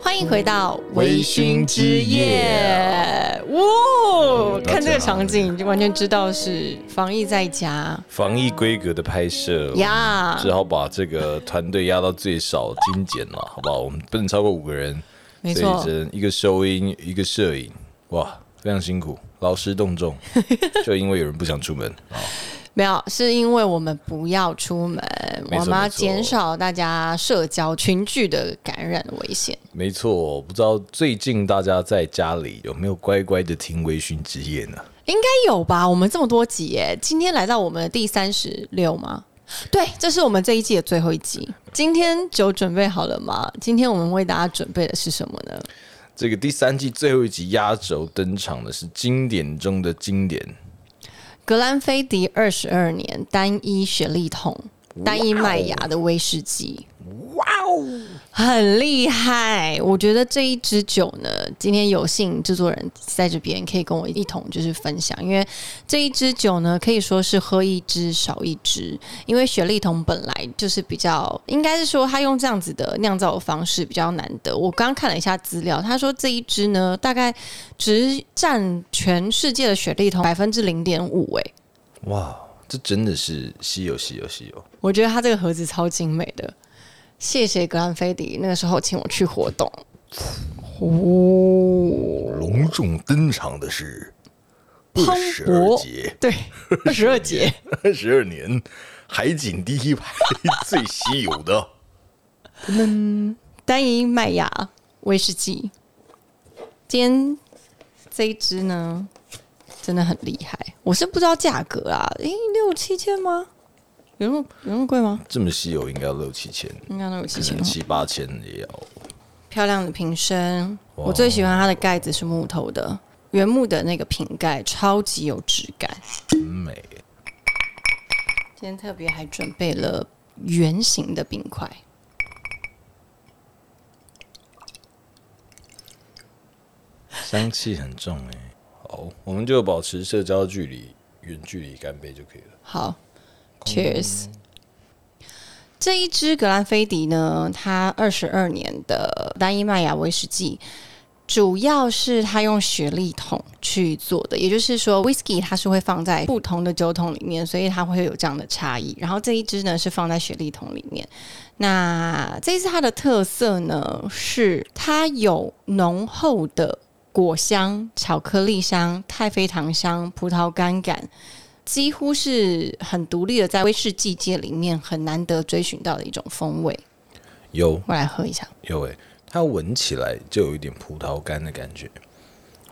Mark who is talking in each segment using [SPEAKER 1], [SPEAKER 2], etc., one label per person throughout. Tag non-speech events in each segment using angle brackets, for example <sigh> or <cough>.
[SPEAKER 1] 欢迎回到微醺之夜。
[SPEAKER 2] 嗯
[SPEAKER 1] 哇、
[SPEAKER 2] 啊
[SPEAKER 1] 哦，看这个场景就完全知道是防疫在家
[SPEAKER 2] 防疫规格的拍摄，
[SPEAKER 1] 呀。
[SPEAKER 2] 只好把这个团队压到最少精简了，好不好？我们不能超过五个人，
[SPEAKER 1] 没
[SPEAKER 2] 所以
[SPEAKER 1] 错
[SPEAKER 2] 只能一个收音，一个摄影，哇，非常辛苦，劳师动众，就因为有人不想
[SPEAKER 1] <laughs>
[SPEAKER 2] 出门啊，
[SPEAKER 1] 没有，是因为我们不要出门，
[SPEAKER 2] 没错
[SPEAKER 1] 我们要
[SPEAKER 2] 没错
[SPEAKER 1] 减少大家社交群聚的感染危险。
[SPEAKER 2] 没错，不知道最近大家在家里有没有乖乖的听微醺之夜呢？
[SPEAKER 1] 应该有吧？我们这么多集耶，今天来到我们的第三十六吗？对，这是我们这一季的最后一集。今天酒准备好了吗？今天我们为大家准备的是什么呢？
[SPEAKER 2] 这个第三季最后一集压轴登场的是经典中的经典，
[SPEAKER 1] 格兰菲迪二十二年单一雪利桶、单一麦芽的威士忌，哇哦，很厉害！我觉得这一支酒呢，今天有幸制作人在这边可以跟我一同就是分享，因为这一支酒呢，可以说是喝一支少一支，因为雪利桶本来就是比较，应该是说他用这样子的酿造的方式比较难得。我刚刚看了一下资料，他说这一支呢，大概只占全世界的雪利桶百分之零点五，哎，
[SPEAKER 2] 哇，这真的是稀有稀有稀有。
[SPEAKER 1] 我觉得它这个盒子超精美的，谢谢格兰菲迪那个时候请我去活动。哦，
[SPEAKER 2] 隆重登场的是
[SPEAKER 1] 磅
[SPEAKER 2] 二十二
[SPEAKER 1] 礴
[SPEAKER 2] 节，
[SPEAKER 1] 对，二十二节，
[SPEAKER 2] 二 <laughs> 十二年海景第一排最稀有的， <laughs>
[SPEAKER 1] 单一麦芽威士忌。今天这一支呢，真的很厉害。我是不知道价格啊，诶，六七千吗？有那么有那么贵吗？
[SPEAKER 2] 这么稀有应该要六七千，
[SPEAKER 1] 应该都有七
[SPEAKER 2] 可
[SPEAKER 1] 千
[SPEAKER 2] 能
[SPEAKER 1] 哦。
[SPEAKER 2] 七八千也要。
[SPEAKER 1] 漂亮的瓶身，
[SPEAKER 2] 哇
[SPEAKER 1] 我最喜欢它的盖子是木头的，原木的那个瓶盖超级有质感。
[SPEAKER 2] 很美，
[SPEAKER 1] 今天特别还准备了圆形的冰块，
[SPEAKER 2] 香气很重哎。好，我们就保持社交距离，远距离干杯就可以了。
[SPEAKER 1] 好，Cheers。这一支格兰菲迪呢，它二十二年的单一麦芽威士忌，主要是它用雪莉桶去做的，也就是说，whisky 它是会放在不同的酒桶里面，所以它会有这样的差异。然后这一支呢是放在雪莉桶里面。那这一次它的特色呢是它有浓厚的果香、巧克力香、太妃糖香、葡萄干感，几乎是很独立的，在威士忌界里面很难得追寻到的一种风味。
[SPEAKER 2] 有
[SPEAKER 1] 我来喝一下，
[SPEAKER 2] 有哎，它闻起来就有一点葡萄干的感觉，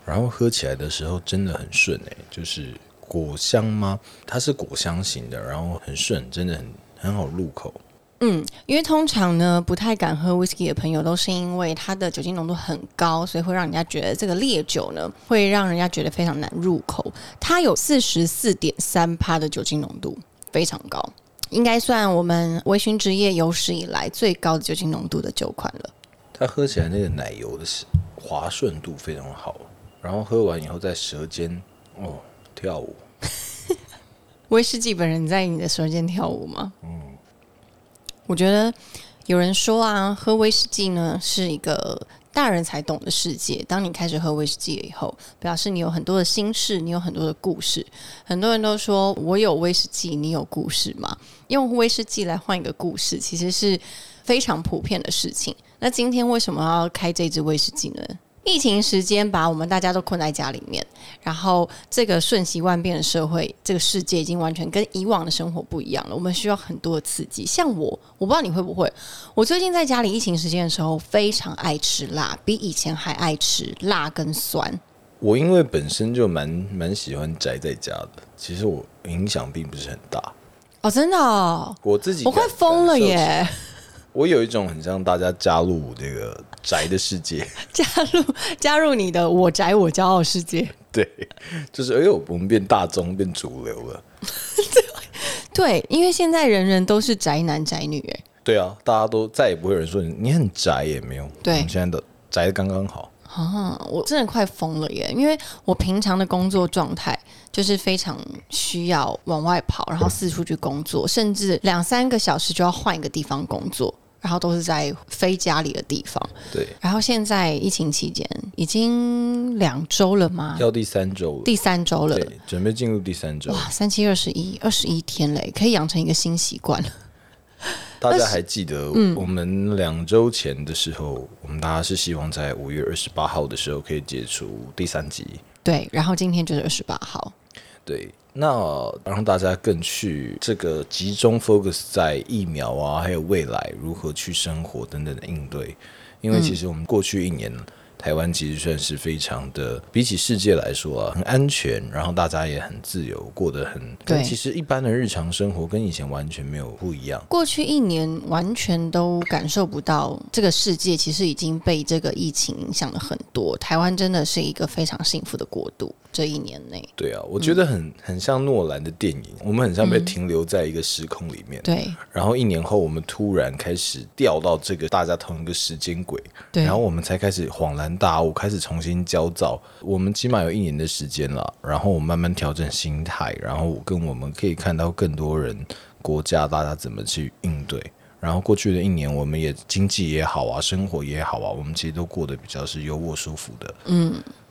[SPEAKER 2] 然后喝起来的时候真的很顺哎，就是果香吗？它是果香型的，然后很顺，真的很很好入口。
[SPEAKER 1] 因为通常呢，不太敢喝 whisky 的朋友，都是因为它的酒精浓度很高，所以会让人家觉得这个烈酒呢，会让人家觉得非常难入口。它有四十四点三帕的酒精浓度，非常高，应该算我们微醺之夜有史以来最高的酒精浓度的酒款了。
[SPEAKER 2] 它喝起来那个奶油的滑顺度非常好，然后喝完以后在舌尖哦跳舞，
[SPEAKER 1] 威士忌本人在你的舌尖跳舞吗？嗯，我觉得有人说啊，喝威士忌呢是一个大人才懂的世界。当你开始喝威士忌以后，表示你有很多的心事，你有很多的故事。很多人都说我有威士忌，你有故事吗？用威士忌来换一个故事，其实是非常普遍的事情。那今天为什么要开这支威士忌呢？疫情时间把我们大家都困在家里面，然后这个瞬息万变的社会，这个世界已经完全跟以往的生活不一样了。我们需要很多的刺激。像我，我不知道你会不会，我最近在家里疫情时间的时候，非常爱吃辣，比以前还爱吃辣跟酸。
[SPEAKER 2] 我因为本身就蛮蛮喜欢宅在家的，其实我影响并不是很大。
[SPEAKER 1] 哦，真的、哦，
[SPEAKER 2] 我自己
[SPEAKER 1] 我快
[SPEAKER 2] 感
[SPEAKER 1] 疯了！
[SPEAKER 2] 感受起
[SPEAKER 1] 耶！
[SPEAKER 2] 我有一种很像大家加入这个宅的世界，
[SPEAKER 1] 加入加入你的我宅我骄傲世界。
[SPEAKER 2] <laughs> 对，就是哎呦，我们变大众变主流了。
[SPEAKER 1] 对，因为现在人人都是宅男宅女，哎，
[SPEAKER 2] 对啊，大家都再也不会有人说你你很宅也没有，
[SPEAKER 1] 对
[SPEAKER 2] 我们现在的宅的刚刚好。
[SPEAKER 1] 啊，我真的快疯了耶！因为我平常的工作状态就是非常需要往外跑，然后四处去工作，甚至两三个小时就要换一个地方工作，然后都是在非家里的地方。
[SPEAKER 2] 对，
[SPEAKER 1] 然后现在疫情期间已经两周了吗？
[SPEAKER 2] 要第三周了，
[SPEAKER 1] 第三周了，
[SPEAKER 2] 对，准备进入第三周，
[SPEAKER 1] 哇，三七二十一，二十一天嘞，可以养成一个新习惯了。
[SPEAKER 2] 大家还记得
[SPEAKER 1] 嗯
[SPEAKER 2] 我们两周前的时候，我们大家是希望在五月二十八号的时候可以解除第三级。
[SPEAKER 1] 对，然后今天就是二十八号，
[SPEAKER 2] 对，那让大家更去这个集中 focus 在疫苗啊，还有未来如何去生活等等的应对。因
[SPEAKER 1] 嗯
[SPEAKER 2] 为其实我们过去一年，台湾其实算是非常的，比起世界来说啊，很安全，然后大家也很自由，过得很
[SPEAKER 1] 对
[SPEAKER 2] 其实一般的日常生活跟以前完全没有不一样。
[SPEAKER 1] 过去一年完全都感受不到这个世界其实已经被这个疫情影响了很多。台湾真的是一个非常幸福的国度，这一年内，
[SPEAKER 2] 对啊，我觉得很、很像诺兰的电影，我们很像被停留在一个时空里面。
[SPEAKER 1] 嗯对
[SPEAKER 2] 然后一年后，我们突然开始掉到这个大家同一个时间轨，
[SPEAKER 1] 对
[SPEAKER 2] 然后我们才开始恍然大悟，开始重新焦躁。我们起码有一年的时间了，然后我慢慢调整心态，然后跟我们可以看到更多人、国家大家怎么去应对。然后过去的一年，我们也经济也好啊，生活也好啊，我们其实都过得比较是优渥舒服的。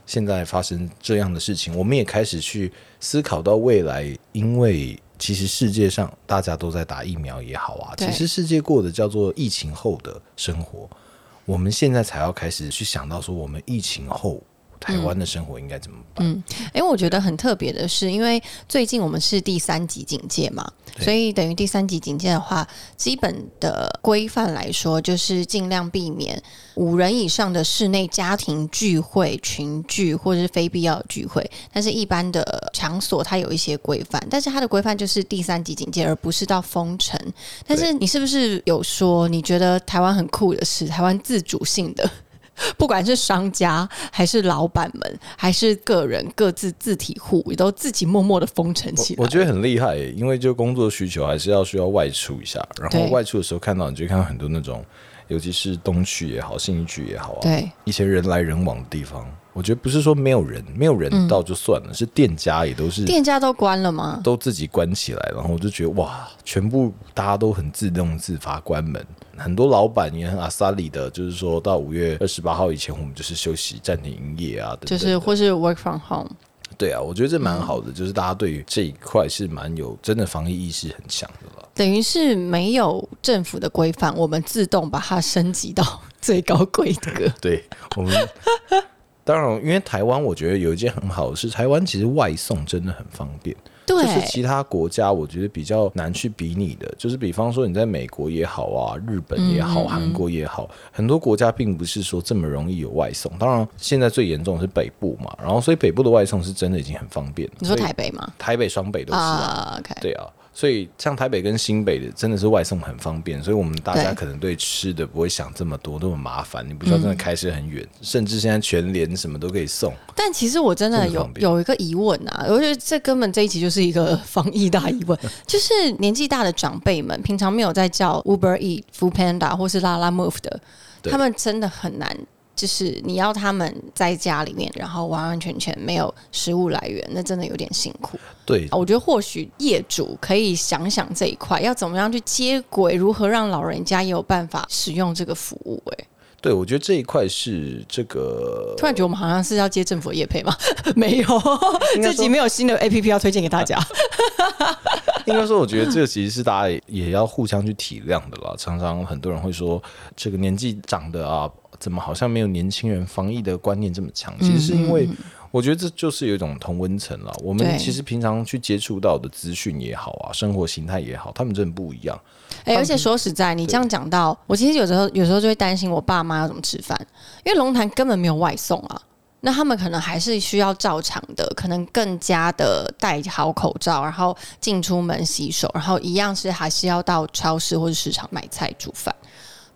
[SPEAKER 2] 现在发生这样的事情，我们也开始去思考到未来，因为其实世界上大家都在打疫苗也好啊，
[SPEAKER 1] 对
[SPEAKER 2] 其实世界过的叫做疫情后的生活，我们现在才要开始去想到说，我们疫情后台湾的生活应该怎么办？
[SPEAKER 1] 哎、我觉得很特别的是，因为最近我们是第三级警戒嘛，
[SPEAKER 2] 对
[SPEAKER 1] 所以等于第三级警戒的话，基本的呃规范来说，就是尽量避免五人以上的室内家庭聚会、群聚或是非必要的聚会。但是，一般的场所它有一些规范，但是它的规范就是第三级警戒，而不是到封城。但是，你是不是有说，你觉得台湾很酷的是，台湾自主性的？不管是商家还是老板们，还是个人各自自体户，也都自己默默的封城起来
[SPEAKER 2] 我我觉得很厉害耶，因为就工作需求还是要需要外出一下，然后
[SPEAKER 1] 对
[SPEAKER 2] 外出的时候看到你就会看到很多那种，尤其是东区也好，信义区也好啊，
[SPEAKER 1] 对
[SPEAKER 2] 一些人来人往的地方，我觉得不是说没有人，没有人到就算了，是店家也都是
[SPEAKER 1] 嗯店家都关了吗？
[SPEAKER 2] 都自己关起来，然后我就觉得哇，全部大家都很自动自发关门，很多老板也很阿萨里的，就是说到五月二十八号以前，我们就是休息、暂停营业啊，等
[SPEAKER 1] 就
[SPEAKER 2] 等的
[SPEAKER 1] 是或是 work from home，
[SPEAKER 2] 对啊，我觉得这蛮
[SPEAKER 1] 嗯
[SPEAKER 2] 好的，就是大家对于这一块是蛮有真的防疫意识很强的了。
[SPEAKER 1] 等于是没有政府的规范，我们自动把它升级到最高规格。
[SPEAKER 2] 对我们。当然，因为台湾，我觉得有一件很好的是，台湾其实外送真的很方便。
[SPEAKER 1] 对
[SPEAKER 2] <laughs> 就是其他国家我觉得比较难去比拟的，就是比方说你在美国也好啊，日本也
[SPEAKER 1] 嗯
[SPEAKER 2] 好，韩、国也好，很多国家并不是说这么容易有外送。当然，现在最严重的是北部嘛，然后所以北部的外送是真的已经很方便了。
[SPEAKER 1] 你说
[SPEAKER 2] 所以
[SPEAKER 1] 台北吗？
[SPEAKER 2] 台北、双北都是啊，
[SPEAKER 1] 啊，OK、o k
[SPEAKER 2] 对啊。所以像台北跟新北的真的是外送很方便，所以我们大家
[SPEAKER 1] 对
[SPEAKER 2] 可能对吃的不会想这么多，那么麻烦，你不需要真的开车很远，甚至现在全联什么都可以送。
[SPEAKER 1] 但其实我真的
[SPEAKER 2] 这个
[SPEAKER 1] 有
[SPEAKER 2] 方便
[SPEAKER 1] 有一个疑问啊，我觉得这根本这一集就是一个防疫大疑问， <laughs> 就是年纪大的长辈们平常没有在叫 Uber E、Food Panda 或是拉拉 Move 的，
[SPEAKER 2] 对
[SPEAKER 1] 他们真的很难。就是你要他们在家里面，然后完完全全没有食物来源，那真的有点辛苦。啊
[SPEAKER 2] 对，
[SPEAKER 1] 我觉得或许业主可以想想这一块，要怎么样去接轨，如何让老人家也有办法使用这个服务、哎，
[SPEAKER 2] 对，我觉得这一块是这个
[SPEAKER 1] 突然觉得我们好像是要接政府的业配吗？ <laughs> 没有，
[SPEAKER 2] 应
[SPEAKER 1] <laughs>
[SPEAKER 2] 该
[SPEAKER 1] 这
[SPEAKER 2] 说
[SPEAKER 1] 集没有新的 A P P 要推荐给大家。
[SPEAKER 2] <laughs> 应该说，我觉得这其实是大家也也要互相去体谅的啦。常常很多人会说，这个年纪长的啊，怎么好像没有年轻人防疫的观念这么强？其实是因为。我觉得这就是有一种同温层了。我
[SPEAKER 1] 对
[SPEAKER 2] 们其实平常去接触到的资讯也好啊，生活形态也好，他们真的不一样。
[SPEAKER 1] <laughs> 哎、而且说实在，你这样讲到，我其实有时候有时候就会担心我爸妈要怎么吃饭，因为龙潭根本没有外送啊。那他们可能还是需要照常的，可能更加的戴好口罩，然后进出门洗手，然后一样是还是要到超市或者市场买菜煮饭，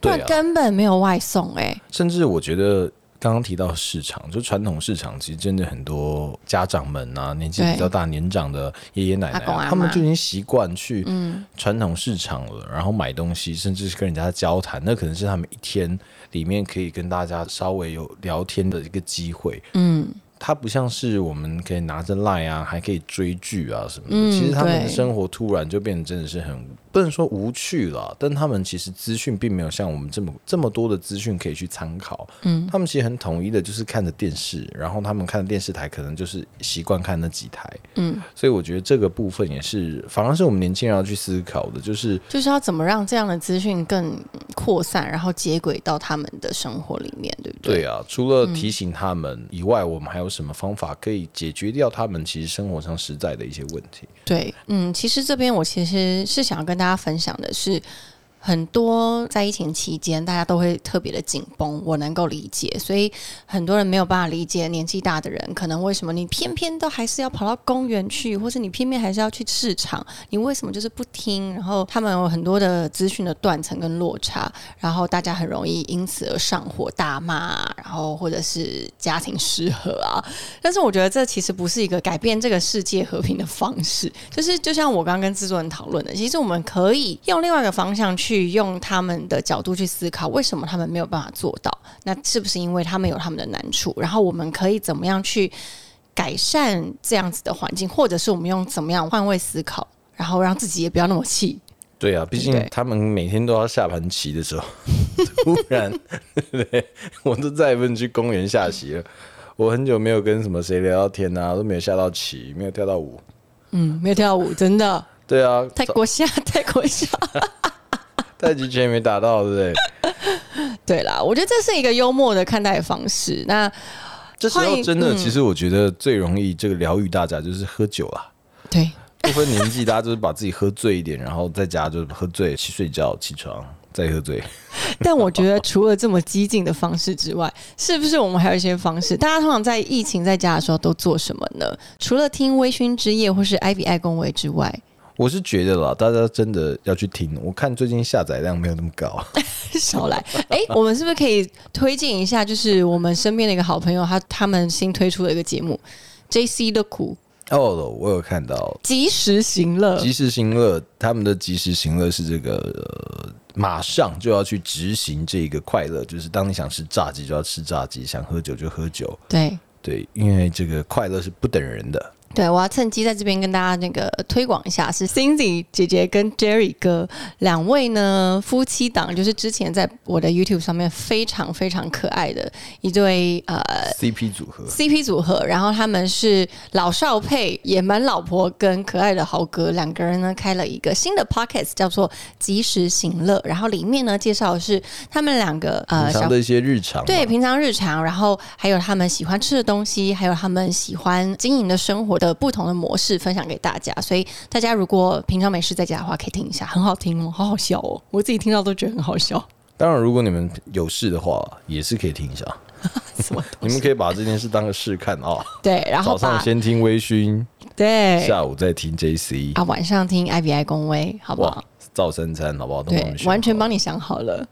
[SPEAKER 1] 不
[SPEAKER 2] 对
[SPEAKER 1] 然
[SPEAKER 2] 啊，
[SPEAKER 1] 根本没有外送哎、
[SPEAKER 2] 甚至我觉得刚刚提到市场，就传统市场，其实真的很多家长们啊，年纪
[SPEAKER 1] 对
[SPEAKER 2] 比较大、年长的爷爷奶奶、
[SPEAKER 1] 阿公阿嗯
[SPEAKER 2] 啊，
[SPEAKER 1] 嬷
[SPEAKER 2] 他们就已经习惯去传统市场了，然后买东西，甚至是跟人家交谈，那可能是他们一天里面可以跟大家稍微有聊天的一个机会。
[SPEAKER 1] 嗯，
[SPEAKER 2] 它不像是我们可以拿着赖啊，还可以追剧啊什么的。
[SPEAKER 1] 嗯
[SPEAKER 2] 其实他们的
[SPEAKER 1] 对
[SPEAKER 2] 生活突然就变得真的是很不能说无趣了，但他们其实资讯并没有像我们这么这么多的资讯可以去参考。嗯，他们其实很统一的，就是看着电视，然后他们看的电视台可能就是习惯看那几台。
[SPEAKER 1] 嗯，
[SPEAKER 2] 所以我觉得这个部分也是，反而是我们年轻人要去思考的，就是
[SPEAKER 1] 就是要怎么让这样的资讯更扩散，然后接轨到他们的生活里面，对不对？
[SPEAKER 2] 对啊，除了提醒他们以外，我们还有什么方法可以解决掉他们其实生活上实在的一些问题？
[SPEAKER 1] 对，嗯，其实这边我其实是想要跟大家分享的是，很多在疫情期间大家都会特别的紧绷，我能够理解，所以很多人没有办法理解年纪大的人，可能为什么你偏偏都还是要跑到公园去，或是你偏偏还是要去市场，你为什么就是不听？然后他们有很多的资讯的断层跟落差，然后大家很容易因此而上火大骂啊，然后或者是家庭失和啊，但是我觉得这其实不是一个改变这个世界和平的方式， <laughs> 就是就像我刚刚跟制作人讨论的，其实我们可以用另外一个方向去用他们的角度去思考，为什么他们没有办法做到？那是不是因为他们有他们的难处？然后我们可以怎么样去改善这样子的环境，或者是我们用怎么样换位思考，然后让自己也不要那么气？
[SPEAKER 2] 对啊，毕竟
[SPEAKER 1] 对
[SPEAKER 2] 他们每天都要下盘棋的时候， <laughs> 突然， <laughs> 对不对？我都再也不能去公园下棋了。我很久没有跟什么谁聊到天啊，都没有下到棋，没有跳到舞。
[SPEAKER 1] 嗯，没有跳舞，真 <laughs> 的
[SPEAKER 2] 对啊，
[SPEAKER 1] 泰国下，泰国下。
[SPEAKER 2] 太极拳也没打到，对不对？
[SPEAKER 1] <laughs> 对啦，我觉得这是一个幽默的看待方式。那
[SPEAKER 2] 这时
[SPEAKER 1] 欢
[SPEAKER 2] 候
[SPEAKER 1] 迎
[SPEAKER 2] 真的，
[SPEAKER 1] 嗯
[SPEAKER 2] 其实我觉得最容易这个疗愈大家就是喝酒
[SPEAKER 1] <laughs>
[SPEAKER 2] 啦。
[SPEAKER 1] 对，
[SPEAKER 2] 不分年纪，大家就是把自己喝醉一点，然后在家就喝醉去睡觉，起床再喝醉。 <laughs>
[SPEAKER 1] 但我觉得除了这么激进的方式之外，是不是我们还有一些方式？大家通常在疫情在家的时候都做什么呢？除了听微醺之夜或是 I V 爱公维之外，
[SPEAKER 2] 我是觉得啦，大家真的要去听。我看最近下载量没有那么高。
[SPEAKER 1] 少
[SPEAKER 2] <laughs>
[SPEAKER 1] 来。哎、我们是不是可以推荐一下？就是我们身边的一个好朋友，他他们新推出的一个节目 J C 的苦
[SPEAKER 2] 哦，我有看到，
[SPEAKER 1] 及时行乐。
[SPEAKER 2] 及时行乐，他们的及时行乐是这个、呃马上就要去执行这个快乐，就是当你想吃炸鸡就要吃炸鸡，想喝酒就喝酒，
[SPEAKER 1] 对
[SPEAKER 2] 对，因为这个快乐是不等人的。
[SPEAKER 1] 对，我要趁机在这边跟大家那个推广一下，是 Cindy 姐姐跟 Jerry 哥两位呢夫妻档，就是之前在我的 YouTube 上面非常非常可爱的一对呃
[SPEAKER 2] CP 组合
[SPEAKER 1] CP 组合，然后他们是老少配，野蛮老婆跟可爱的豪哥两个人呢开了一个新的 podcast，叫做《及时行乐》，然后里面呢介绍的是他们两个呃
[SPEAKER 2] 平
[SPEAKER 1] 小
[SPEAKER 2] 常的一些日常嘛，
[SPEAKER 1] 对平常日常，然后还有他们喜欢吃的东西，还有他们喜欢经营的生活的不同的模式分享给大家。所以大家如果平常没事在家的话，可以听一下，很好听哦，好好笑哦， <laughs> 我自己听到都觉得很好笑。
[SPEAKER 2] 当然如果你们有事的话，也是可以听一下。
[SPEAKER 1] <laughs> 什么东
[SPEAKER 2] 你
[SPEAKER 1] 西？
[SPEAKER 2] 们可以把这件事当个试看啊、
[SPEAKER 1] 对，然后
[SPEAKER 2] 早上
[SPEAKER 1] 把
[SPEAKER 2] 先听微醺，
[SPEAKER 1] 对
[SPEAKER 2] 下午再听 JC，、
[SPEAKER 1] 啊，晚上听 I B I 公威，好不好
[SPEAKER 2] 哇？，照三餐好不好？都帮我
[SPEAKER 1] 对
[SPEAKER 2] 们，选
[SPEAKER 1] 完全
[SPEAKER 2] 好
[SPEAKER 1] 帮你想好了。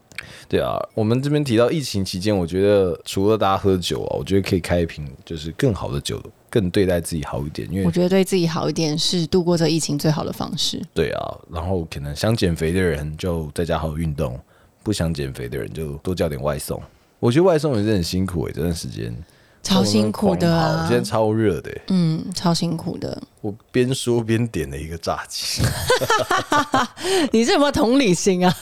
[SPEAKER 2] 对啊，我们这边提到疫情期间，我觉得除了大家喝酒啊，我觉得可以开一瓶就是更好的酒，更对待自己好一点。因
[SPEAKER 1] 我
[SPEAKER 2] 为
[SPEAKER 1] 觉得对自己好一点是度过这疫情最好的方式。
[SPEAKER 2] 对啊，然后可能想减肥的人就在家好好运动，不想减肥的人就多叫点外送。我觉得外送也是很辛苦诶、欸这段时间
[SPEAKER 1] 超辛苦的
[SPEAKER 2] 我
[SPEAKER 1] 啊
[SPEAKER 2] 现在，超热的、欸，
[SPEAKER 1] 嗯，超辛苦的。
[SPEAKER 2] 我边说边点了一个炸鸡。
[SPEAKER 1] 你是有没有同理心啊？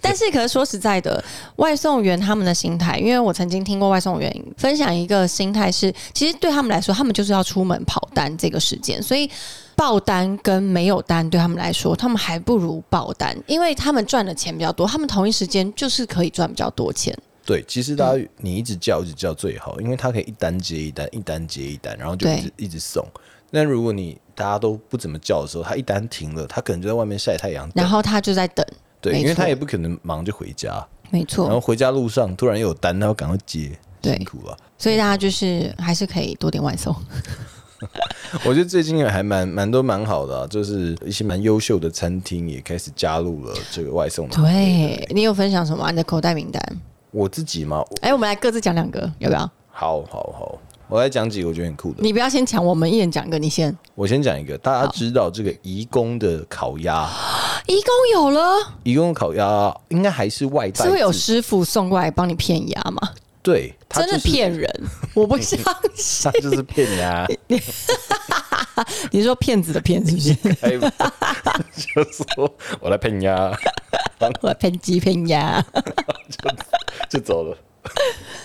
[SPEAKER 1] 但是，可是说实在的，外送员他们的心态，因为我曾经听过外送员分享一个心态是，其实对他们来说，他们就是要出门跑单这个时间，所以爆单跟没有单对他们来说，他们还不如爆单，因为他们赚的钱比较多，他们同一时间就是可以赚比较多钱。
[SPEAKER 2] 对，其实大家你一直叫一直叫最好，因为它可以一单接一单，一单接一单，然后就一直一直送。那如果你大家都不怎么叫的时候，他一单停了，他可能就在外面晒太阳等。
[SPEAKER 1] 然后他就在等，
[SPEAKER 2] 对，
[SPEAKER 1] 没
[SPEAKER 2] 因为他
[SPEAKER 1] 错
[SPEAKER 2] 也不可能忙就回家，
[SPEAKER 1] 没
[SPEAKER 2] 然后
[SPEAKER 1] 错，
[SPEAKER 2] 回家路上突然又有单，他要赶快接，
[SPEAKER 1] 对
[SPEAKER 2] 辛苦了。
[SPEAKER 1] 所以大家就是还是可以多点外送。
[SPEAKER 2] 我觉得最近还蛮蛮多蛮好的、啊，就是一些蛮优秀的餐厅也开始加入了这个外送的行列。
[SPEAKER 1] 对你有分享什么啊、你的口袋名单？
[SPEAKER 2] 我自己嘛，我
[SPEAKER 1] 哎、我们来各自讲两个，要不要？
[SPEAKER 2] 好好好，我来讲几个我觉得很酷的。
[SPEAKER 1] 你不要先讲，我们一人讲一个，你先。
[SPEAKER 2] 我先讲一个，大家知道这个移工的烤鸭，
[SPEAKER 1] 一共有了，
[SPEAKER 2] 移工烤鸭应该还是外带
[SPEAKER 1] 是会有
[SPEAKER 2] 制
[SPEAKER 1] 师傅送过来帮你骗鸭吗？
[SPEAKER 2] 对，它
[SPEAKER 1] 真的
[SPEAKER 2] 就是
[SPEAKER 1] 骗人， <laughs> 我不相信。
[SPEAKER 2] 他就是骗人 <laughs> 啊，
[SPEAKER 1] 你说骗子的骗是不是？
[SPEAKER 2] 还有哎就说我来骗人啊，
[SPEAKER 1] 我骗鸡骗鸭，
[SPEAKER 2] 就走了。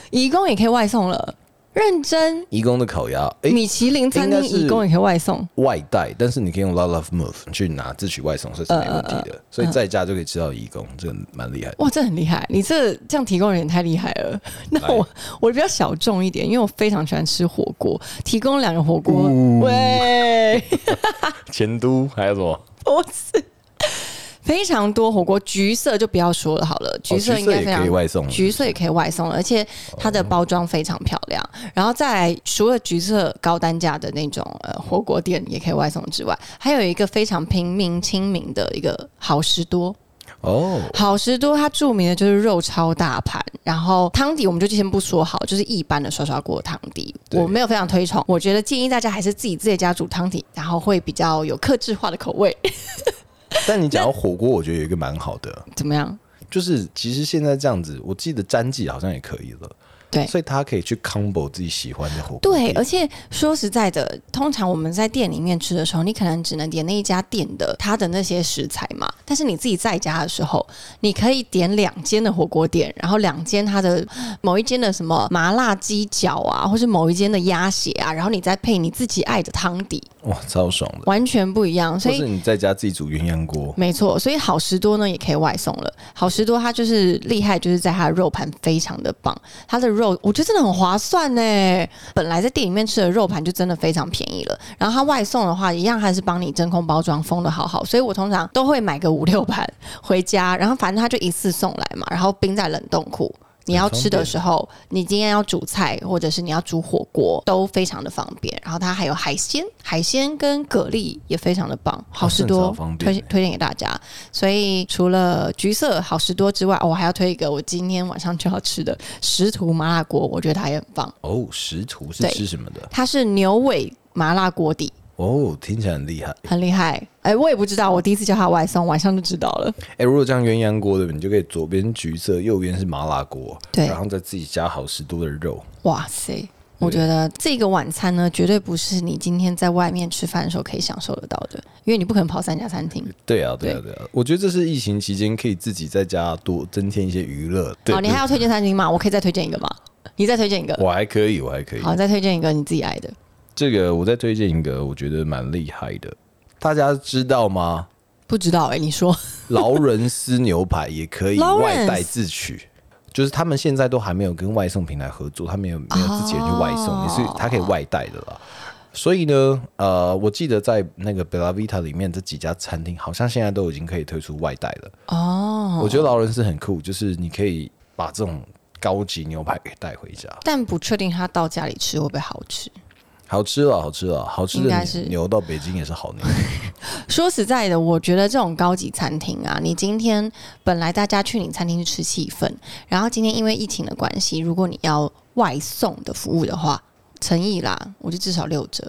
[SPEAKER 1] 义工也可以外送了，认真。
[SPEAKER 2] 移工的烤鸭，哎、
[SPEAKER 1] 米其林餐
[SPEAKER 2] 应
[SPEAKER 1] 厅
[SPEAKER 2] 该是
[SPEAKER 1] 义工也可以外送，
[SPEAKER 2] 外带，但是你可以用 Lot of Move 去拿自取外送，所以是没问题的。所以在家就可以吃到义工，这个蛮厉害的。
[SPEAKER 1] 哇，这很厉害！你这这样提供人也太厉害了。 <laughs> 那我我比较小众一点，因为我非常喜欢吃火锅，提供两个火锅，喂，
[SPEAKER 2] 前都还有什么？
[SPEAKER 1] 不是。非常多火锅，橘色就不要说了，好了，橘色应该非
[SPEAKER 2] 哦橘色也可以
[SPEAKER 1] 常
[SPEAKER 2] 外送
[SPEAKER 1] 橘色也可以外送，而且它的包装非常漂亮。
[SPEAKER 2] 哦
[SPEAKER 1] 然后再来，除了橘色高单价的那种呃火锅店也可以外送之外，还有一个非常平民亲民的一个好食多，
[SPEAKER 2] 哦，
[SPEAKER 1] 好食多它著名的就是肉超大盘，然后汤底我们就先不说好，就是一般的涮涮锅汤底，
[SPEAKER 2] 对
[SPEAKER 1] 我没有非常推崇。我觉得建议大家还是自己在家煮汤底，然后会比较有克制化的口味。 <laughs>
[SPEAKER 2] 但你讲到火锅，我觉得有一个蛮好的，
[SPEAKER 1] 怎么样？
[SPEAKER 2] 就是其实现在这样子，我记得詹记好像也可以了，
[SPEAKER 1] 对
[SPEAKER 2] 所以他可以去 combo 自己喜欢的火锅。
[SPEAKER 1] 对，而且说实在的，通常我们在店里面吃的时候，你可能只能点那一家店的它的那些食材嘛。但是你自己在家的时候，你可以点两间的火锅店，然后两间它的某一间的什么麻辣鸡脚啊，或是某一间的鸭血啊，然后你再配你自己爱的汤底，
[SPEAKER 2] 哇，超爽的。
[SPEAKER 1] 完全不一样。所
[SPEAKER 2] 或
[SPEAKER 1] 以
[SPEAKER 2] 是你在家自己煮鸳鸯锅，
[SPEAKER 1] 没错，所以好食多呢也可以外送了。好食多它就是厉害，就是在它的肉盘非常的棒，它的肉我觉得真的很划算呢。本来在店里面吃的肉盘就真的非常便宜了，然后它外送的话一样还是帮你真空包装封的好好，所以我通常都会买个五六盘回家，然后反正它就一次送来嘛，然后冰在冷冻库。你要吃的时候，你今天要煮菜，或者是你要煮火锅，都非常的方便。然后它还有海鲜，海鲜跟蛤蜊也非常的棒，好事
[SPEAKER 2] 真的
[SPEAKER 1] 多
[SPEAKER 2] 超方便
[SPEAKER 1] 推
[SPEAKER 2] 欸
[SPEAKER 1] 推荐给大家。所以除了橘色好事多之外，哦我还要推一个我今天晚上就要吃的石图麻辣锅，我觉得它也很棒。
[SPEAKER 2] 哦，食图是
[SPEAKER 1] 对
[SPEAKER 2] 吃什么的？
[SPEAKER 1] 它是牛尾麻辣锅底，
[SPEAKER 2] 哦，听起来很厉害。
[SPEAKER 1] 很厉害。哎、我也不知道，我第一次叫它外送，晚上就知道了。
[SPEAKER 2] 哎、如果这样鸳鸯锅对不对？你就可以左边橘色，右边是麻辣锅，
[SPEAKER 1] 对
[SPEAKER 2] 然后再自己加好十多的肉。
[SPEAKER 1] 哇塞！我觉得这个晚餐呢，绝对不是你今天在外面吃饭的时候可以享受得到的，因为你不可能跑三家餐厅。
[SPEAKER 2] 对啊，对啊，对啊，我觉得这是疫情期间可以自己在家多增添一些娱乐。对，
[SPEAKER 1] 好，哦你还要推荐餐厅吗？我可以再推荐一个吗？你再推荐一个，
[SPEAKER 2] 我还可以，我还可以。
[SPEAKER 1] 好，再推荐一个你自己爱的。
[SPEAKER 2] 这个我再推荐一个，我觉得蛮厉害的。大家知道吗？
[SPEAKER 1] 不知道哎、你说 <laughs>
[SPEAKER 2] 劳伦斯牛排也可以
[SPEAKER 1] Lawrence
[SPEAKER 2] 外带自取，就是他们现在都还没有跟外送平台合作，他们有没有自己人去外送，
[SPEAKER 1] 哦
[SPEAKER 2] 也是他可以外带的啦。所以呢，呃，我记得在那个 Bella Vita 里面这几家餐厅，好像现在都已经可以推出外带了。
[SPEAKER 1] 哦，
[SPEAKER 2] 我觉得劳伦斯很酷，就是你可以把这种高级牛排给带回家，
[SPEAKER 1] 但不确定他到家里吃会不会好吃。
[SPEAKER 2] 好吃啊了，好吃了，好吃
[SPEAKER 1] 应
[SPEAKER 2] 的
[SPEAKER 1] 该是
[SPEAKER 2] 牛到北京也是好牛。
[SPEAKER 1] 说实在的，我觉得这种高级餐厅啊，你今天本来大家去你餐厅去吃气氛，然后今天因为疫情的关系，如果你要外送的服务的话，诚意啦，我就至少六折。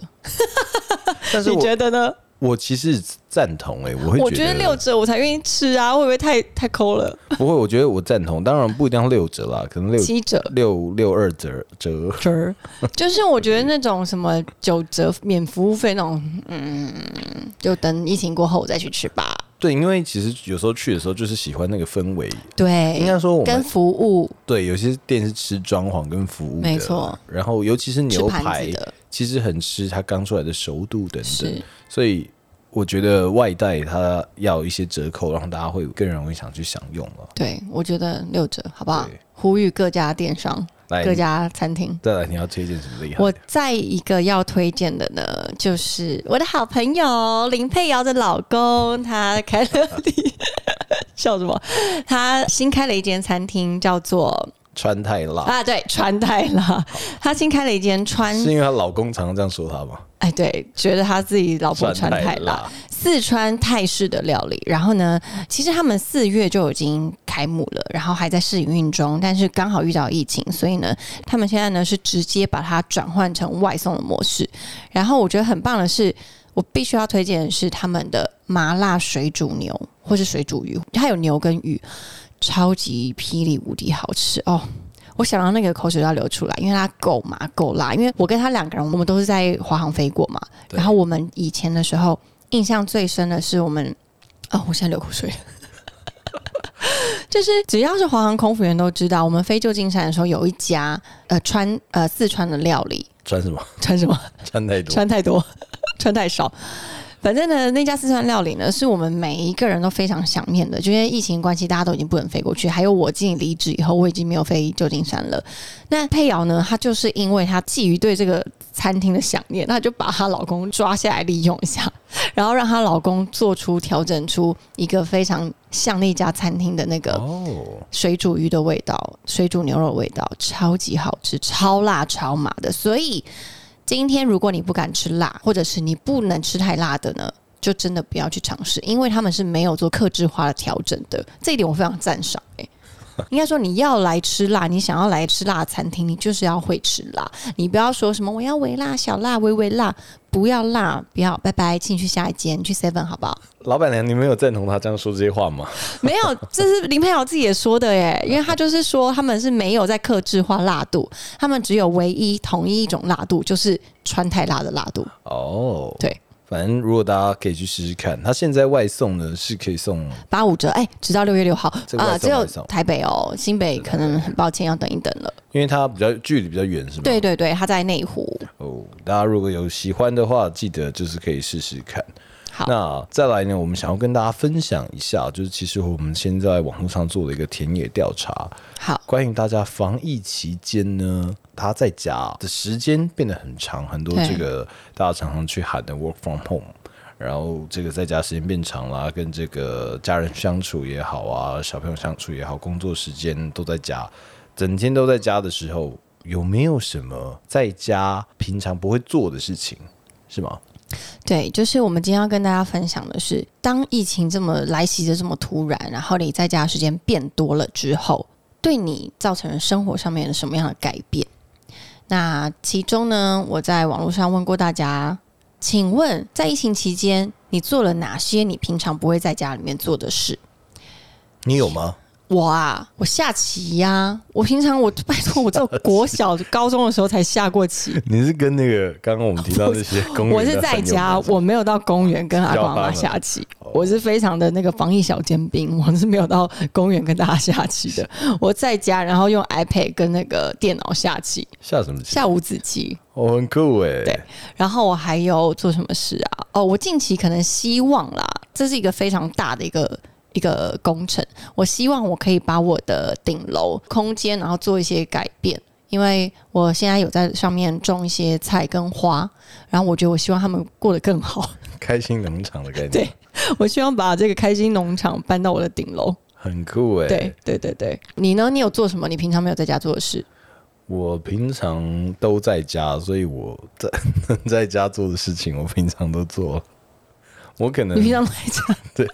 [SPEAKER 2] 但是我
[SPEAKER 1] 得呢？
[SPEAKER 2] 我其实赞同哎、我会
[SPEAKER 1] 我觉得六折我才愿意吃啊，会不会太太抠了？
[SPEAKER 2] <laughs> 不会，我觉得我赞同，当然不一定要六折啦，可能六
[SPEAKER 1] 七折。
[SPEAKER 2] 六六二折折，
[SPEAKER 1] 折儿，就是我觉得那种什么九折免服务费那种，嗯，就等疫情过后我再去吃吧。
[SPEAKER 2] 对，因为其实有时候去的时候就是喜欢那个氛围，
[SPEAKER 1] 对，
[SPEAKER 2] 应该说我
[SPEAKER 1] 哎跟
[SPEAKER 2] 们
[SPEAKER 1] 服务
[SPEAKER 2] 对有些店是吃装潢跟服务的，
[SPEAKER 1] 没错，
[SPEAKER 2] 然后尤其是
[SPEAKER 1] 吃
[SPEAKER 2] 牛
[SPEAKER 1] 盘
[SPEAKER 2] 排
[SPEAKER 1] 子，的
[SPEAKER 2] 其实很吃它刚出来的熟度等等
[SPEAKER 1] 是，
[SPEAKER 2] 所以我觉得外带它要有一些折扣，让大家会更容易想去享用了。
[SPEAKER 1] 对，我觉得六折，好不好
[SPEAKER 2] 对？
[SPEAKER 1] 呼吁各家电商、
[SPEAKER 2] 来，
[SPEAKER 1] 各家餐厅。
[SPEAKER 2] 再来，你要推荐什么厉害的？
[SPEAKER 1] 我再一个要推荐的呢，就是我的好朋友林佩瑶的老公，他开了你 <laughs> 笑什么？他新开了一间餐厅，叫做
[SPEAKER 2] 川太辣，
[SPEAKER 1] 啊，对，川太啦。
[SPEAKER 2] 啊
[SPEAKER 1] 他新开了一间川
[SPEAKER 2] 是因为她老公常常这样说她吗？
[SPEAKER 1] 哎，对，觉得他自己老婆
[SPEAKER 2] 川
[SPEAKER 1] 穿太
[SPEAKER 2] 辣
[SPEAKER 1] 辣，四川泰式的料理。然后呢，其实他们四月就已经开幕了，然后还在试营运中，但是刚好遇到疫情，所以呢，他们现在呢是直接把它转换成外送的模式。然后我觉得很棒的是，我必须要推荐的是他们的麻辣水煮牛或是水煮鱼，它有牛跟鱼，超级霹雳无敌好吃哦。我想到那个口水要流出来，因为它够麻够辣。因为我跟他两个人，我们都是在华航飞过嘛。
[SPEAKER 2] 对
[SPEAKER 1] 然后我们以前的时候，印象最深的是我们啊、我现在流口水了。 <laughs> 就是只要是华航空服员都知道，我们飞旧金山的时候有一家呃川呃四川的料理，
[SPEAKER 2] 穿什么？
[SPEAKER 1] 川什么
[SPEAKER 2] 穿太多。
[SPEAKER 1] 穿太多， <laughs> 穿太少。反正呢，那家四川料理呢，是我们每一个人都非常想念的。就因为疫情关系，大家都已经不能飞过去。还有我自己离职以后，我已经没有飞旧金山了。那佩瑶呢，她就是因为她基于对这个餐厅的想念，她就把她老公抓下来利用一下， <laughs> 然后让她老公做出调整出一个非常像那家餐厅的那个
[SPEAKER 2] 哦，
[SPEAKER 1] 水煮鱼的味道，水煮牛肉的味道，超级好吃，超辣超麻的。所以今天如果你不敢吃辣，或者是你不能吃太辣的呢，就真的不要去尝试，因为他们是没有做克制化的调整的，这一点我非常赞赏、欸。应该说，你要来吃辣，你想要来吃辣的餐厅，你就是要会吃辣。你不要说什么我要微辣、小辣、微微辣，不要辣，不要，拜拜，请你去下一间，你去 Seven 好不好？
[SPEAKER 2] 老板娘，你没有赞同他这样说这些话吗？
[SPEAKER 1] <laughs> 没有，这是林佩瑶自己也说的耶，因为她就是说他们是没有在克制化辣度，他们只有唯一统一一种辣度，就是川太辣的辣度。
[SPEAKER 2] 哦，
[SPEAKER 1] 对，
[SPEAKER 2] 反正如果大家可以去试试看，他现在外送呢是可以送
[SPEAKER 1] 八五折，哎、直到六月六号
[SPEAKER 2] 这个
[SPEAKER 1] 啊、
[SPEAKER 2] 外送
[SPEAKER 1] 只有
[SPEAKER 2] 外送
[SPEAKER 1] 台北哦，新北可能很抱歉要等一等了。
[SPEAKER 2] 因为它比较距离比较远，是吗？
[SPEAKER 1] 对对对，他在内湖，
[SPEAKER 2] 哦，大家如果有喜欢的话，记得就是可以试试看。
[SPEAKER 1] 嗯好
[SPEAKER 2] 那再来呢，我们想要跟大家分享一下，就是其实我们现在网络上做了一个田野调查，
[SPEAKER 1] 好，
[SPEAKER 2] 关于大家防疫期间呢，他在家的时间变得很长，很多
[SPEAKER 1] 对
[SPEAKER 2] 这个大家常常去喊的 work from home。然后这个在家时间变长啦，跟这个家人相处也好啊，小朋友相处也好，工作时间都在家，整天都在家的时候，有没有什么在家平常不会做的事情，是吗？
[SPEAKER 1] 对，就是我们今天要跟大家分享的是，当疫情这么来袭的这么突然，然后你在家时间变多了之后，对你造成了生活上面的什么样的改变？那其中呢，我在网络上问过大家，请问在疫情期间，你做了哪些你平常不会在家里面做的事？
[SPEAKER 2] 你有吗？
[SPEAKER 1] 我啊，我下棋呀、我平常我拜托，我只有国小、高中的时候才下过棋，
[SPEAKER 2] 你是跟那个刚刚我们提到那些公
[SPEAKER 1] 我是在家，我没有到公园跟阿公阿
[SPEAKER 2] 要
[SPEAKER 1] 妈
[SPEAKER 2] 饭了
[SPEAKER 1] 下棋，我是非常的那个防疫小尖兵， <laughs> 我是没有到公园跟大家下棋的。我在家，然后用 iPad 跟那个电脑下棋，
[SPEAKER 2] 下什么棋？
[SPEAKER 1] 下五子棋。
[SPEAKER 2] 我、很酷哎、
[SPEAKER 1] 对然后我还有做什么事啊？哦，我近期可能希望啦，这是一个非常大的一个。一个工程，我希望我可以把我的顶楼空间，然后做一些改变，因为我现在有在上面种一些菜跟花，然后我觉得我希望他们过得更好， <laughs>
[SPEAKER 2] 开心农场的概念，
[SPEAKER 1] 对我希望把这个开心农场搬到我的顶楼。
[SPEAKER 2] 很酷哎、
[SPEAKER 1] 对对对对，你呢？你有做什么？你平常没有在家做的事？
[SPEAKER 2] 我平常都在家，所以我在 <laughs> 在家做的事情，我平常都做。我可能
[SPEAKER 1] 你平常都在家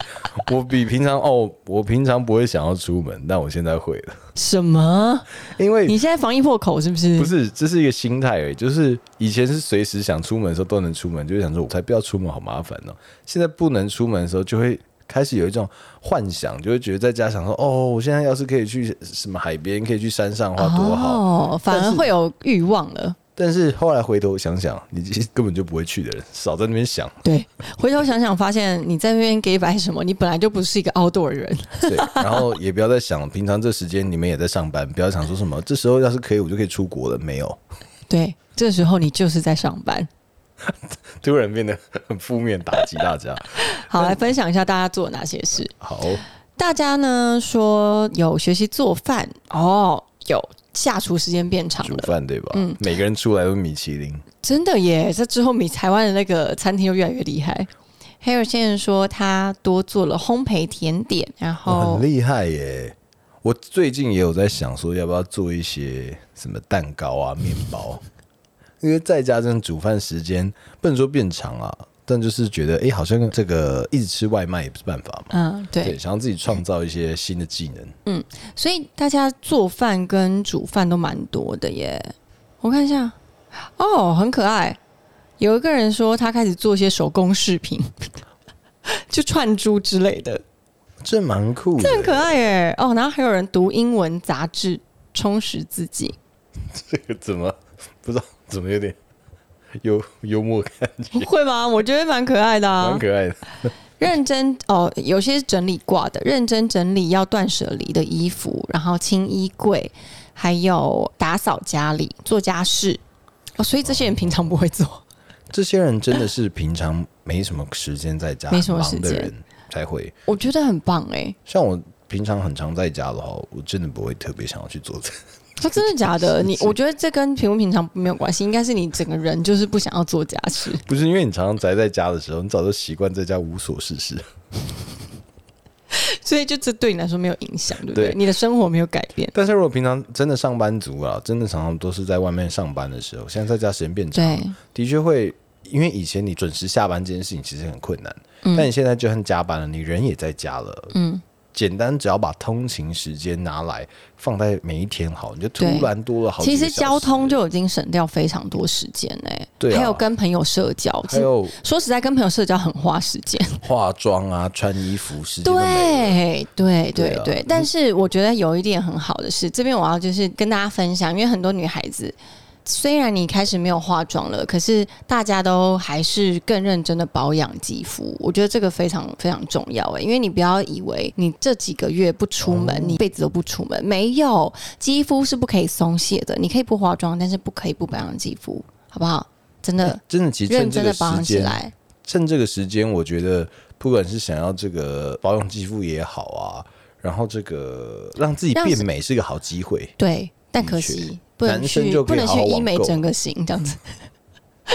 [SPEAKER 2] 我比平常哦，我平常不会想要出门，但我现在会了，
[SPEAKER 1] 什么？
[SPEAKER 2] 因为
[SPEAKER 1] 你现在防疫破口是不是？
[SPEAKER 2] 不是这是一个心态而已，就是以前是随时想出门的时候都能出门，就会想说我才不要出门，好麻烦哦。现在不能出门的时候，就会开始有一种幻想，就会觉得在家想说哦，我现在要是可以去什么海边，可以去山上的话多好。
[SPEAKER 1] 哦，反
[SPEAKER 2] 但
[SPEAKER 1] 而
[SPEAKER 2] 是
[SPEAKER 1] 会有欲望了。
[SPEAKER 2] 但是后来回头想想，你其实根本就不会去的人，少在那边想。
[SPEAKER 1] 对，回头想想，发现你在那边给摆什么？你本来就不是一个 outdoor
[SPEAKER 2] <laughs>
[SPEAKER 1] 人。
[SPEAKER 2] 对，然后也不要再想，平常这时间你们也在上班，不要想说什么，这时候要是可以，我就可以出国了。没有， <laughs>
[SPEAKER 1] 对，这时候你就是在上班。
[SPEAKER 2] 突然变得很负面，打击大家。
[SPEAKER 1] 好，来分享一下大家做哪些事。
[SPEAKER 2] 好，
[SPEAKER 1] 大家呢说有学习做饭哦，有下厨时间变长
[SPEAKER 2] 煮
[SPEAKER 1] 了，
[SPEAKER 2] 饭对吧？每个人出来都米其林，
[SPEAKER 1] 真的耶！这之后，米台湾的那个餐厅就越来越厉害。还有先生说他多做了烘焙甜点，然
[SPEAKER 2] 哦、
[SPEAKER 1] 后
[SPEAKER 2] 很厉害耶。我最近也有在想说，要不要做一些什么蛋 <laughs> 糕啊、面包，因为在家真的煮饭时间不能说变长啊，但就是觉得，哎、好像这个一直吃外卖也不是办法嘛。
[SPEAKER 1] 嗯，对
[SPEAKER 2] 对，，想要自己创造一些新的技能。
[SPEAKER 1] 所以大家做饭跟煮饭都蛮多的耶。我看一下，哦，很可爱。有一个人说他开始做一些手工饰品， <laughs> 就串珠之类的，
[SPEAKER 2] 这蛮酷的，欸
[SPEAKER 1] 这很可爱耶。哦，然后还有人读英文杂志，充实自己。
[SPEAKER 2] <laughs> 这个怎么不知道怎么有点幽幽默感，
[SPEAKER 1] 会吗？我觉得蛮可爱的啊
[SPEAKER 2] 蛮。可爱的。
[SPEAKER 1] 认真哦，有些是整理挂的，认真整理要断舍离的衣服，然后清衣柜，还有打扫家里、做家事。哦，所以这些人平常不会做。
[SPEAKER 2] 这些人真的是平常没什么时间在家，
[SPEAKER 1] 没什么时
[SPEAKER 2] 忙
[SPEAKER 1] 间
[SPEAKER 2] 的人才会。
[SPEAKER 1] 我觉得很棒哎、
[SPEAKER 2] 像我平常很常在家的话，我真的不会特别想要去做这。
[SPEAKER 1] 他、真的假的？你我觉得这跟平不平常没有关系，应该是你整个人就是不想要做家事。 <laughs>
[SPEAKER 2] 不是因为你常常宅在家的时候，你早就习惯在家无所事事。 <laughs>
[SPEAKER 1] 所以就这对你来说没有影响，对不对？
[SPEAKER 2] 对
[SPEAKER 1] 你的生活没有改变。
[SPEAKER 2] 但是如果平常真的上班族啊，真的常常都是在外面上班的时候，现在在家时间变长，
[SPEAKER 1] 对，
[SPEAKER 2] 的确会。因为以前你准时下班这件事情其实很困难，但你现在就算加班了，你人也在家了，
[SPEAKER 1] 嗯，
[SPEAKER 2] 简单只要把通勤时间拿来放在每一天好，你就突
[SPEAKER 1] 对
[SPEAKER 2] 然多了好几
[SPEAKER 1] 其
[SPEAKER 2] 个小
[SPEAKER 1] 实
[SPEAKER 2] 时。
[SPEAKER 1] 交通就已经省掉非常多时间嘞、
[SPEAKER 2] 对啊
[SPEAKER 1] 还有跟朋友社交，
[SPEAKER 2] 还有
[SPEAKER 1] 说实在，跟朋友社交很花时间。
[SPEAKER 2] 化妆啊、穿衣服时间都没了
[SPEAKER 1] 对对
[SPEAKER 2] 对
[SPEAKER 1] 对
[SPEAKER 2] 啊
[SPEAKER 1] 对，但是我觉得有一点很好的是，这边我要就是跟大家分享，因为很多女孩子。虽然你开始没有化妆了，可是大家都还是更认真的保养肌肤，我觉得这个非常非常重要欸诶，因为你不要以为你这几个月不出门，你一辈子都不出门，没有肌肤是不可以松懈的，你可以不化妆，但是不可以不保养肌肤，好不好？真的、
[SPEAKER 2] 真的，其实
[SPEAKER 1] 认
[SPEAKER 2] 趁这
[SPEAKER 1] 真的
[SPEAKER 2] 个
[SPEAKER 1] 保
[SPEAKER 2] 时
[SPEAKER 1] 养起
[SPEAKER 2] 间，
[SPEAKER 1] 来，
[SPEAKER 2] 趁这个时间，我觉得不管是想要这个保养肌肤也好啊，然后这个让自己
[SPEAKER 1] 让
[SPEAKER 2] 变美是个好机会，
[SPEAKER 1] 对，但
[SPEAKER 2] 的
[SPEAKER 1] 可
[SPEAKER 2] 确
[SPEAKER 1] 惜不能
[SPEAKER 2] 男生
[SPEAKER 1] 去
[SPEAKER 2] 就可
[SPEAKER 1] 不
[SPEAKER 2] 以
[SPEAKER 1] 能
[SPEAKER 2] 好
[SPEAKER 1] 去
[SPEAKER 2] 好
[SPEAKER 1] 医
[SPEAKER 2] 网
[SPEAKER 1] 美
[SPEAKER 2] 购
[SPEAKER 1] 整个型这样子，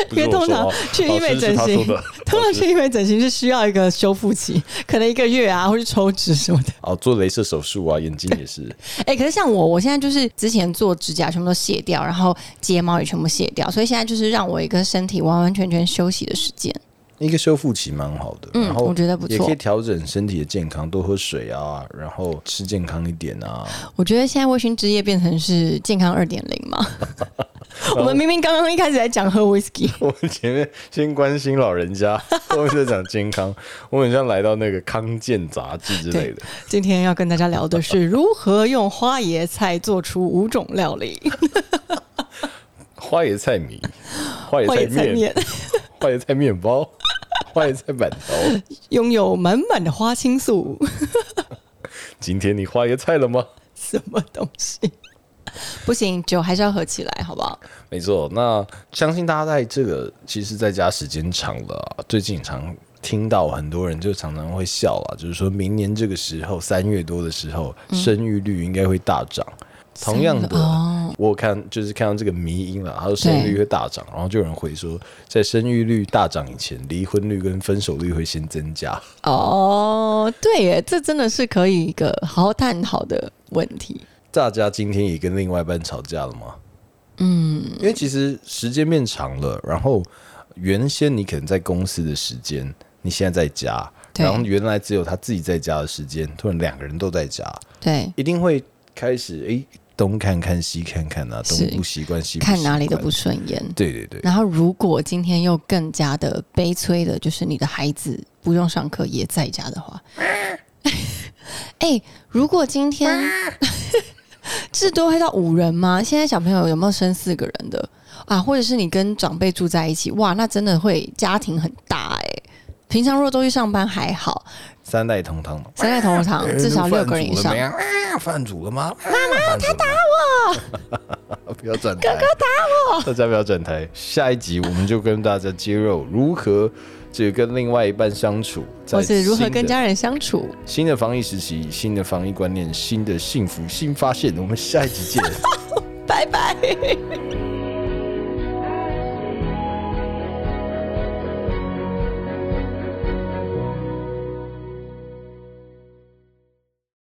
[SPEAKER 2] 不
[SPEAKER 1] 因
[SPEAKER 2] 是
[SPEAKER 1] 为
[SPEAKER 2] 我
[SPEAKER 1] 通
[SPEAKER 2] 说
[SPEAKER 1] 常
[SPEAKER 2] 哦
[SPEAKER 1] 去医
[SPEAKER 2] 老师
[SPEAKER 1] 美
[SPEAKER 2] 是
[SPEAKER 1] 整
[SPEAKER 2] 他说
[SPEAKER 1] 形
[SPEAKER 2] 的
[SPEAKER 1] <laughs> 通常去医美整形是需要一个修复期，可能一个月啊，或是抽脂什
[SPEAKER 2] <laughs>
[SPEAKER 1] 么的。
[SPEAKER 2] 哦，做镭射手术啊，眼睛也是，
[SPEAKER 1] 哎、可是像我，我现在就是之前做指甲全部都卸掉，然后睫毛也全部卸掉，所以现在就是让我一个身体完完全全休息的时间。
[SPEAKER 2] <laughs> 一个修复期蛮好的，
[SPEAKER 1] 嗯
[SPEAKER 2] 然后
[SPEAKER 1] 我觉得不错
[SPEAKER 2] 也可以调整身体的健康，多喝水啊，然后吃健康一点啊。 <laughs>
[SPEAKER 1] 我觉得现在微醺之夜变成是健康二点零
[SPEAKER 2] <laughs>
[SPEAKER 1] 嘛。我们明明刚刚一开始在讲喝 whisky，
[SPEAKER 2] 我们前面先关心老人家，后面再讲健康，我很像来到那个康健杂志之类的。
[SPEAKER 1] 今天要跟大家聊的是 <laughs> 如何用花椰菜做出五种料
[SPEAKER 2] <laughs>
[SPEAKER 1] 理。
[SPEAKER 2] <laughs> 花椰菜米、花椰
[SPEAKER 1] 花椰菜
[SPEAKER 2] 菜面、
[SPEAKER 1] 面 <laughs>
[SPEAKER 2] 花椰菜面包、花椰菜板条。
[SPEAKER 1] 拥有满满的花青素。 <laughs>
[SPEAKER 2] 今天你花椰菜了吗？
[SPEAKER 1] 什么东西？ <laughs> 不行，酒还是要合起来，好不好？
[SPEAKER 2] 没错，那相信大家在这个其实在家时间长了啊、最近常听到很多人就常常会笑啊，就是说明年这个时候三月多的时候，生育率应该会大涨。同样的，
[SPEAKER 1] 哦
[SPEAKER 2] 我有看就是看到这个迷因了，他说生育率会大涨，然后就有人回说，在生育率大涨以前，离婚率跟分手率会先增加。
[SPEAKER 1] 哦，对耶，这真的是可以一个好好探讨的问题。
[SPEAKER 2] 大家今天也跟另外一半吵架了吗？嗯，因为其实时间变长了，然后原先你可能在公司的时间，你现在在家，
[SPEAKER 1] 对
[SPEAKER 2] 然后原来只有他自己在家的时间，突然两个人都在家，
[SPEAKER 1] 对，
[SPEAKER 2] 一定会开始诶东看看西看看啊，
[SPEAKER 1] 是
[SPEAKER 2] 东不习惯西不习
[SPEAKER 1] 看
[SPEAKER 2] 惯
[SPEAKER 1] 哪里都不顺眼。
[SPEAKER 2] 对对对，
[SPEAKER 1] 然后，如果今天又更加的悲催的，就是你的孩子不用上课也在家的话，哎、如果今天 <laughs> 至多会到五人吗？现在小朋友有没有生四个人的啊？或者是你跟长辈住在一起，哇，那真的会家庭很大哎、平常如果都去上班还好，
[SPEAKER 2] 三代同堂嘛，
[SPEAKER 1] 三代同堂至少六个人以上
[SPEAKER 2] 哎。那个饭煮了没啊啊饭煮了吗？妈妈，他打我！哦不要转台，哥哥打我！大家不要转台，下一集我们就跟大家揭露如何这个跟另外一半相处，
[SPEAKER 1] 或
[SPEAKER 2] 在
[SPEAKER 1] 是如何
[SPEAKER 2] 新的
[SPEAKER 1] 跟家人相处。
[SPEAKER 2] 新的防疫时期、新的防疫观念、新的幸福、新发现。我们下一集见。
[SPEAKER 1] 拜拜。